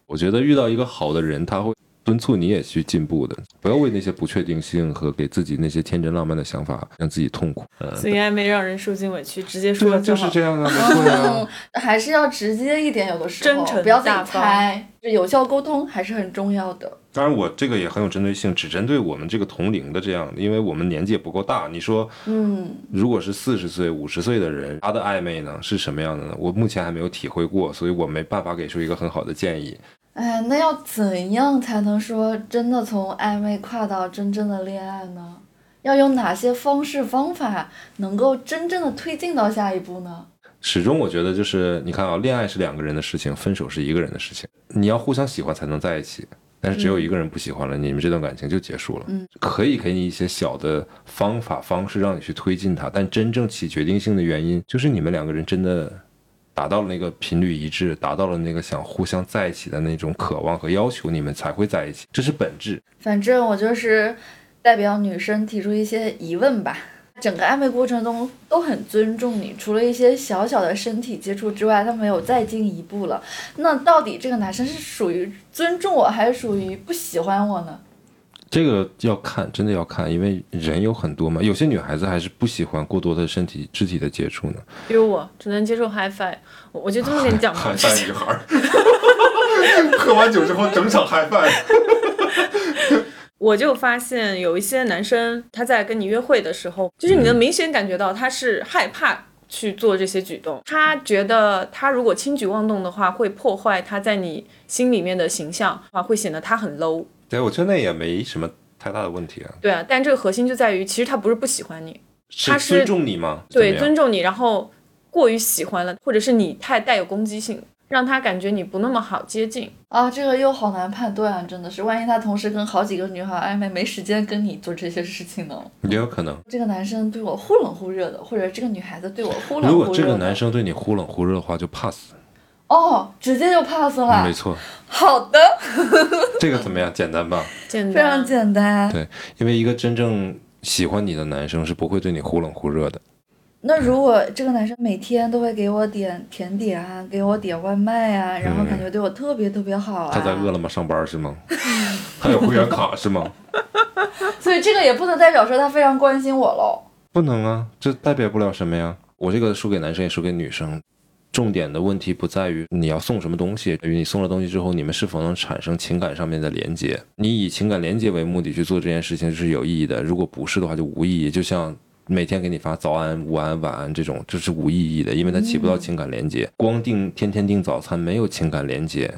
S1: 我觉得遇到一个好的人，他会敦促你也去进步的。不要为那些不确定性和给自己那些天真浪漫的想法让自己痛苦。 嗯，
S2: 所以暧昧让人受尽委屈，直接
S1: 对
S2: 说
S1: 啊，就是这样啊， 没错呀
S3: 嗯。， 还是要直接一点，有的时候
S2: 真诚
S3: 不要自
S2: 大
S3: 己
S2: 方
S3: 猜，就有效沟通还是很重要的。
S1: 当然，我这个也很有针对性，只针对我们这个同龄的这样，因为我们年纪也不够大。你说，
S3: 嗯，
S1: 如果是四十岁、五十岁的人，他的暧昧呢是什么样的呢？我目前还没有体会过，所以我没办法给出一个很好的建议。
S3: 哎，那要怎样才能说真的从暧昧跨到真正的恋爱呢？要用哪些方式方法能够真正的推进到下一步呢？
S1: 始终我觉得就是，你看啊，恋爱是两个人的事情，分手是一个人的事情。你要互相喜欢才能在一起，但是只有一个人不喜欢了，你们这段感情就结束了。
S3: 嗯，
S1: 可以给你一些小的方法方式让你去推进它，但真正起决定性的原因就是你们两个人真的达到了那个频率一致，达到了那个想互相在一起的那种渴望和要求，你们才会在一起，这是本质。
S3: 反正我就是代表女生提出一些疑问吧。整个暧昧过程中都很尊重你，除了一些小小的身体接触之外，他没有再进一步了。那到底这个男生是属于尊重我，还是属于不喜欢我呢？
S1: 这个要看，真的要看，因为人有很多嘛，有些女孩子还是不喜欢过多的身体肢体的接触呢。
S2: 比如我只能接受 HiFi，我我就这么跟 你讲吧
S1: 嗨，翻女孩儿， 喝完酒之后整场嗨翻。
S2: 我就发现有一些男生他在跟你约会的时候，就是你能明显感觉到他是害怕。去做这些举动，他觉得他如果轻举妄动的话，会破坏他在你心里面的形象啊，会显得他很 low。
S1: 对，我觉得那也没什么太大的问题啊，
S2: 对啊，但这个核心就在于，其实他不是不喜欢你，他是
S1: 尊重你吗？
S2: 对，
S1: 怎么样
S2: 尊重你，然后过于喜欢了，或者是你太带有攻击性，让他感觉你不那么好接近。
S3: 啊，这个又好难判断啊，真的是，万一他同时跟好几个女孩暧昧，没时间跟你做这些事情呢？
S1: 也有可能。
S3: 这个男生对我忽冷忽热的，或者这个女孩子对我忽冷忽热的，
S1: 如果这个男生对你忽冷忽热的话，就 pass。
S3: 哦，直接就 pass 了
S1: 没。错，
S3: 好的，
S1: 这个怎么样？简单吧？
S2: 简
S3: 非常
S2: 单，
S3: 简单。
S1: 对，因为一个真正喜欢你的男生是不会对你忽冷忽热的。
S3: 那如果这个男生每天都会给我点甜点啊，给我点外卖啊，然后感觉对我特别特别好啊，
S1: 嗯他在饿了么上班是 吗？他有会员卡是吗？
S3: 所以这个也不能代表说他非常关心我喽。
S1: 不能啊，这代表不了什么呀。我这个输给男生也输给女生，重点的问题不在于你要送什么东西，在于你送了东西之后，你们是否能产生情感上面的连接。你以情感连接为目的去做这件事情是有意义的，如果不是的话就无意义。就像每天给你发早安、午安、晚安这种，这是无意义的，因为它起不到情感连接。光订天天订早餐没有情感连接，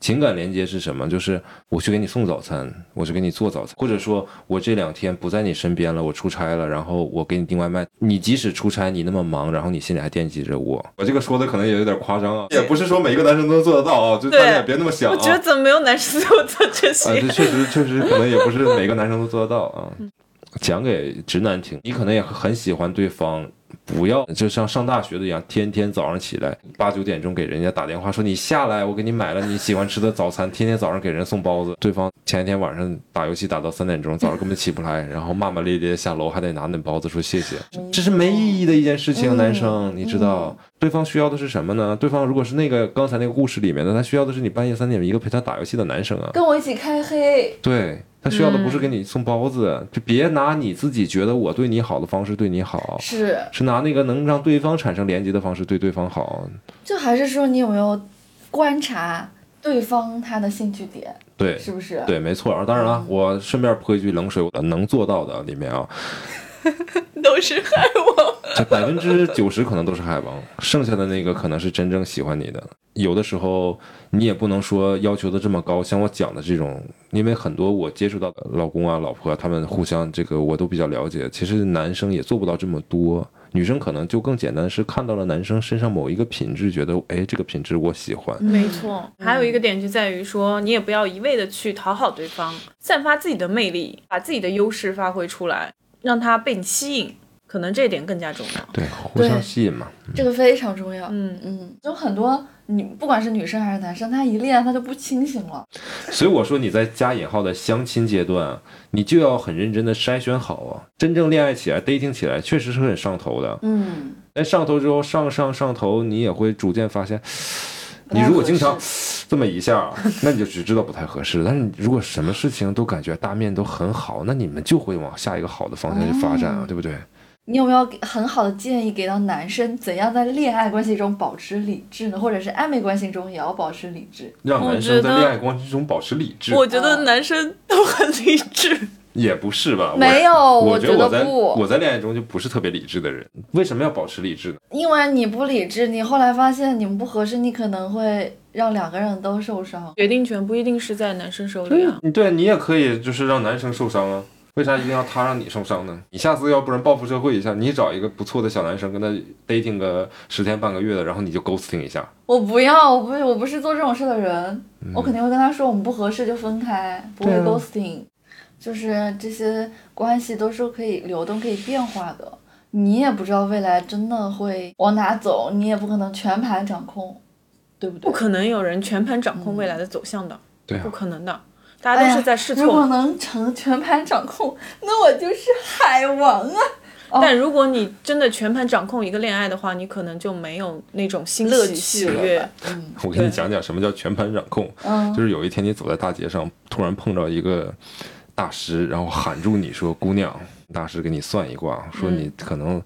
S1: 情感连接是什么？就是我去给你送早餐，我去给你做早餐，或者说我这两天不在你身边了，我出差了，然后我给你订外卖。你即使出差，你那么忙，然后你心里还惦记着我。我这个说的可能也有点夸张啊，也不是说每一个男生都能做得到啊，就
S2: 对
S1: 大家也别那么想啊。
S2: 我觉得怎么没有男生对我做这
S1: 啊，这
S2: 些？
S1: 确实确实可能也不是每个男生都做得到啊。讲给直男听，你可能也很喜欢对方，不要就像上大学的一样，天天早上起来八九点钟给人家打电话说你下来，我给你买了你喜欢吃的早餐，天天早上给人送包子。对方前一天晚上打游戏打到三点钟，早上根本起不来，然后骂骂咧咧下楼还得拿那包子说谢谢，这这是没意义的一件事情。啊
S3: 嗯
S1: 男生，你知道对方需要的是什么呢？对方如果是那个刚才那个故事里面的，他需要的是你半夜三点一个陪他打游戏的男生啊。
S3: 跟我一起开黑，
S1: 对他需要的不是给你送包子，就别拿你自己觉得我对你好的方式对你好，
S3: 是，
S1: 是拿那个能让对方产生连接的方式对对方好。
S3: 就还是说你有没有观察对方他的兴趣点，
S1: 对
S3: 是不是？
S1: 对，没错。当然了，我顺便泼一句冷水，我能做到的里面啊，
S2: 都是害我。
S1: 这百分之九十可能都是海王，剩下的那个可能是真正喜欢你的。有的时候你也不能说要求的这么高，像我讲的这种，因为很多我接触到的老公啊、老婆啊，他们互相这个我都比较了解。其实男生也做不到这么多，女生可能就更简单，是看到了男生身上某一个品质，觉得哎这个品质我喜欢。
S3: 嗯
S2: 没错，还有一个点就在于说，你也不要一味的去讨好对方，散发自己的魅力，把自己的优势发挥出来，让他被你吸引，可能这一点更加重要。
S1: 对，互相吸引嘛。
S3: 这个非常重要。
S2: 嗯
S3: 嗯，就很多女，不管是女生还是男生，他一恋爱他就不清醒了。
S1: 所以我说你在加引号的相亲阶段啊，你就要很认真的筛选好啊。真正恋爱起来、dating 起来，确实是很哎上头的。
S3: 嗯，
S1: 但上头之后，上上上头，你也会逐渐发现，
S3: 太
S1: 你如果
S3: 合
S1: 经常
S3: 适
S1: 这么一下，那你就只知道不太合适。但是你如果什么事情都感觉大面都很好，那你们就会往下一个好的方向去发展啊，
S3: 哦
S1: 对不对？
S3: 你有没有给很好的建议给到男生，怎样在恋爱关系中保持理智呢？或者是暧昧关系中也要保持理智？
S1: 让
S2: 我
S1: 男
S2: 觉
S1: 生在
S2: 得
S1: 恋爱关系中保持理智，
S2: 我觉得男生都很理 智，
S1: 也不是啊吧？我
S3: 没有
S1: 我
S3: 我
S1: 觉
S3: 觉得
S1: 我在
S3: 不
S1: 我在恋爱中就不是特别理智的人。为什么要保持理智呢？
S3: 因为你不理智，你后来发现你们不合适，你可能会让两个人都受伤。
S2: 决定权不一定是在男生手里啊。
S1: 你对你也可以就是让男生受伤啊。为啥一定要他让你受伤呢？你下次要不然报复社会一下，你找一个不错的小男生跟他 dating 个十天半个月的，然后你就 ghosting 一下，
S3: 我不要，我不，我不是做这种事的人，我肯定会跟他说我们不合适就分开，不会
S1: 对啊
S3: ghosting。就是这些关系都是可以流动、可以变化的，你也不知道未来真的会往哪走，你也不可能全盘掌控，对不对？
S2: 不可能有人全盘掌控未来的走向的，
S1: 对啊
S2: 不可能的，大家都是在试
S3: 哎呀如果
S2: 错。
S3: 能成全盘掌控，那我就是海王啊！
S2: 但如果你真的全盘掌控一个恋爱的话，你可能就没有那种新
S3: 乐
S2: 奇
S3: 趣
S2: 喜
S3: 了
S2: 悦
S3: 吧。嗯
S1: 我给你
S2: 对
S1: 讲讲什么叫全盘掌控，
S3: 嗯，
S1: 就是有一天你走在大街上，突然碰到一个大师，然后喊住你说：“姑娘。”大师给你算一卦，说你可能，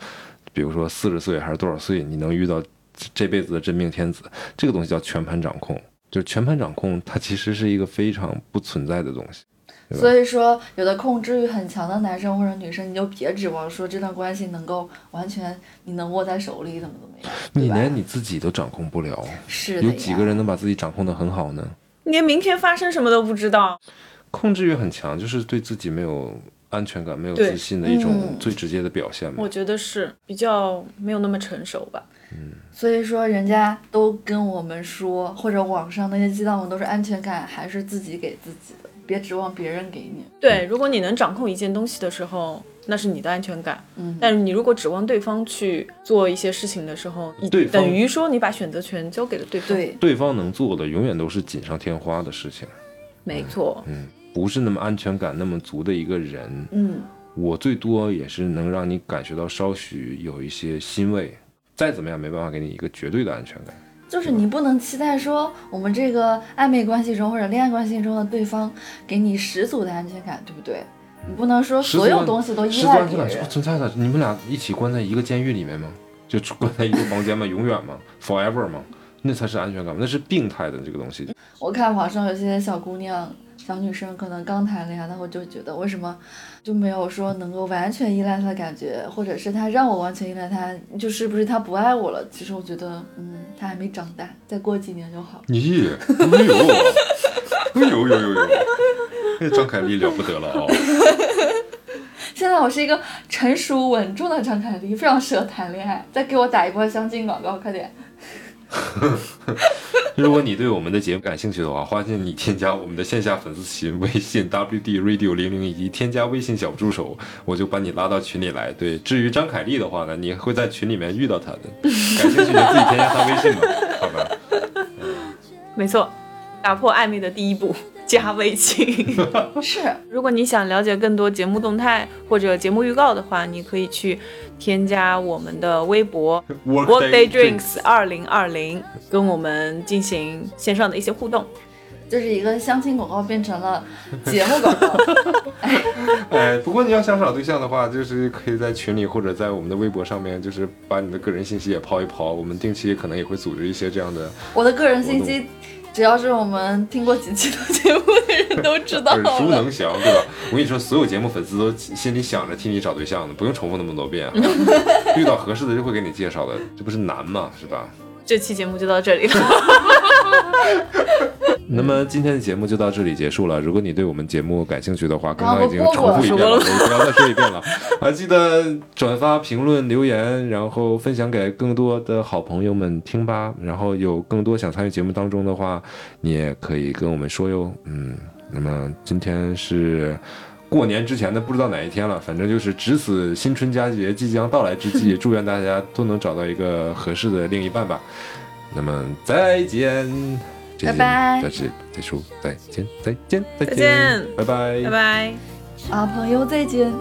S1: 比如说四十岁还是多少岁，你能遇到这这辈子的真命天子。这个东西叫全盘掌控，就是全盘掌控，它其实是一个非常不存在的东西。对吧
S3: 所以说，有的控制欲很强的男生或者女生，你就别指望说这段关系能够完全你能握在手里，怎么怎么样，
S1: 你
S3: 对吧
S1: 连你自己都掌控不了，
S3: 是的
S1: 有
S3: 呀
S1: 几个人能把自己掌控得很好呢？
S2: 你连明天发生什么都不知道。
S1: 控制欲很强，就是对自己没有安全感、没有
S2: 对
S1: 自信的一种
S3: 嗯
S1: 最直接的表现嘛。
S2: 我觉得是比较没有那么成熟吧。
S3: 所以说，人家都跟我们说，或者网上那些鸡汤文都是安全感还是自己给自己的，别指望别人给你。
S2: 对，如果你能掌控一件东西的时候，那是你的安全感。
S3: 嗯，
S2: 但是你如果指望对方去做一些事情的时候，你
S1: 对方
S2: 等于说你把选择权交给了对方。，
S3: 对，
S1: 对方能做的永远都是锦上添花的事情，
S2: 没错。
S1: 嗯不是那么安全感那么足的一个人，
S3: 嗯，
S1: 我最多也是能让你感觉到稍许有一些欣慰。再怎么样，没办法给你一个绝对的安全感。
S3: 就是你不能期待说我们这个暧昧关系中或者恋爱关系中的对方给你十足的安全感，对不对？你不能说所有东西都依
S1: 十足
S3: 赖
S1: 安全
S3: 别
S1: 感是不
S3: 人。
S1: 存在的。你们俩一起关在一个监狱里面吗？就 关在一个房间吗？永远吗？Forever 吗？那才是安全感吗，那是病态的这个东西。
S3: 我看网上有些小姑娘、小女生可能刚谈恋爱，然后就觉得为什么就没有说能够完全依赖他的感觉，或者是他让我完全依赖他，就是不是他不爱我了？其实我觉得，嗯，他还没长大，再过几年就好了。
S1: 咦，哎呦，哎呦呦呦呦，那张凯丽了不得了啊、
S3: 现在我是一个成熟稳重的张凯丽，非常适合谈恋爱。再给我打一波相亲广告，快点！
S1: 如果你对我们的节目感兴趣的话，欢迎你添加我们的线下粉丝群微信 WD Radio 零零一，添加微信小助手，我就把你拉到群里来。对，至于张凯丽的话呢，你会在群里面遇到她的。感兴趣你自己添加她微信吧，好吧？
S2: 没错，打破暧昧的第一步，加微信。
S3: 是，
S2: 如果你想了解更多节目动态或者节目预告的话，你可以去添加我们的微博 Workday Drinks 二零二零，跟我们进行线上的一些互动。
S3: 就是一个相亲广告变成了节目广告。
S1: 哎，不过你要想找对象的话，就是可以在群里或者在我们的微博上面，就是把你的个人信息也抛一抛。我们定期可能也会组织一些这样的
S3: 我的个人信息，只要是我们听过几期的节目的人都知道
S1: 耳熟
S3: 了。
S1: 能详，对吧？我跟你说，所有节目粉丝都心里想着替你找对象的，不用重复那么多遍啊、遇到合适的就会给你介绍的，这不是难吗？是吧？
S2: 这期节目就到这里了，
S1: 那么今天的节目就到这里结束了。如果你对我们节目感兴趣的话，刚刚已经
S3: 我
S1: 重
S3: 过
S1: 复一遍
S2: 过
S1: 了，
S2: 了
S1: 我不要再说一遍了。还记得转发、评论、留言，然后分享给更多的好朋友们听吧。然后有更多想参与节目当中的话，你也可以跟我们说哟。嗯，那么今天是。过年之前的不知道哪一天了，反正就是值此新春佳节即将到来之际，祝愿大家都能找到一个合适的另一半吧。那么再见，这
S3: 拜
S1: 期
S3: 拜
S1: 到这里结束，再见，再见，再
S2: 再见
S1: 拜拜，
S2: 拜拜。
S3: 啊，朋友再见。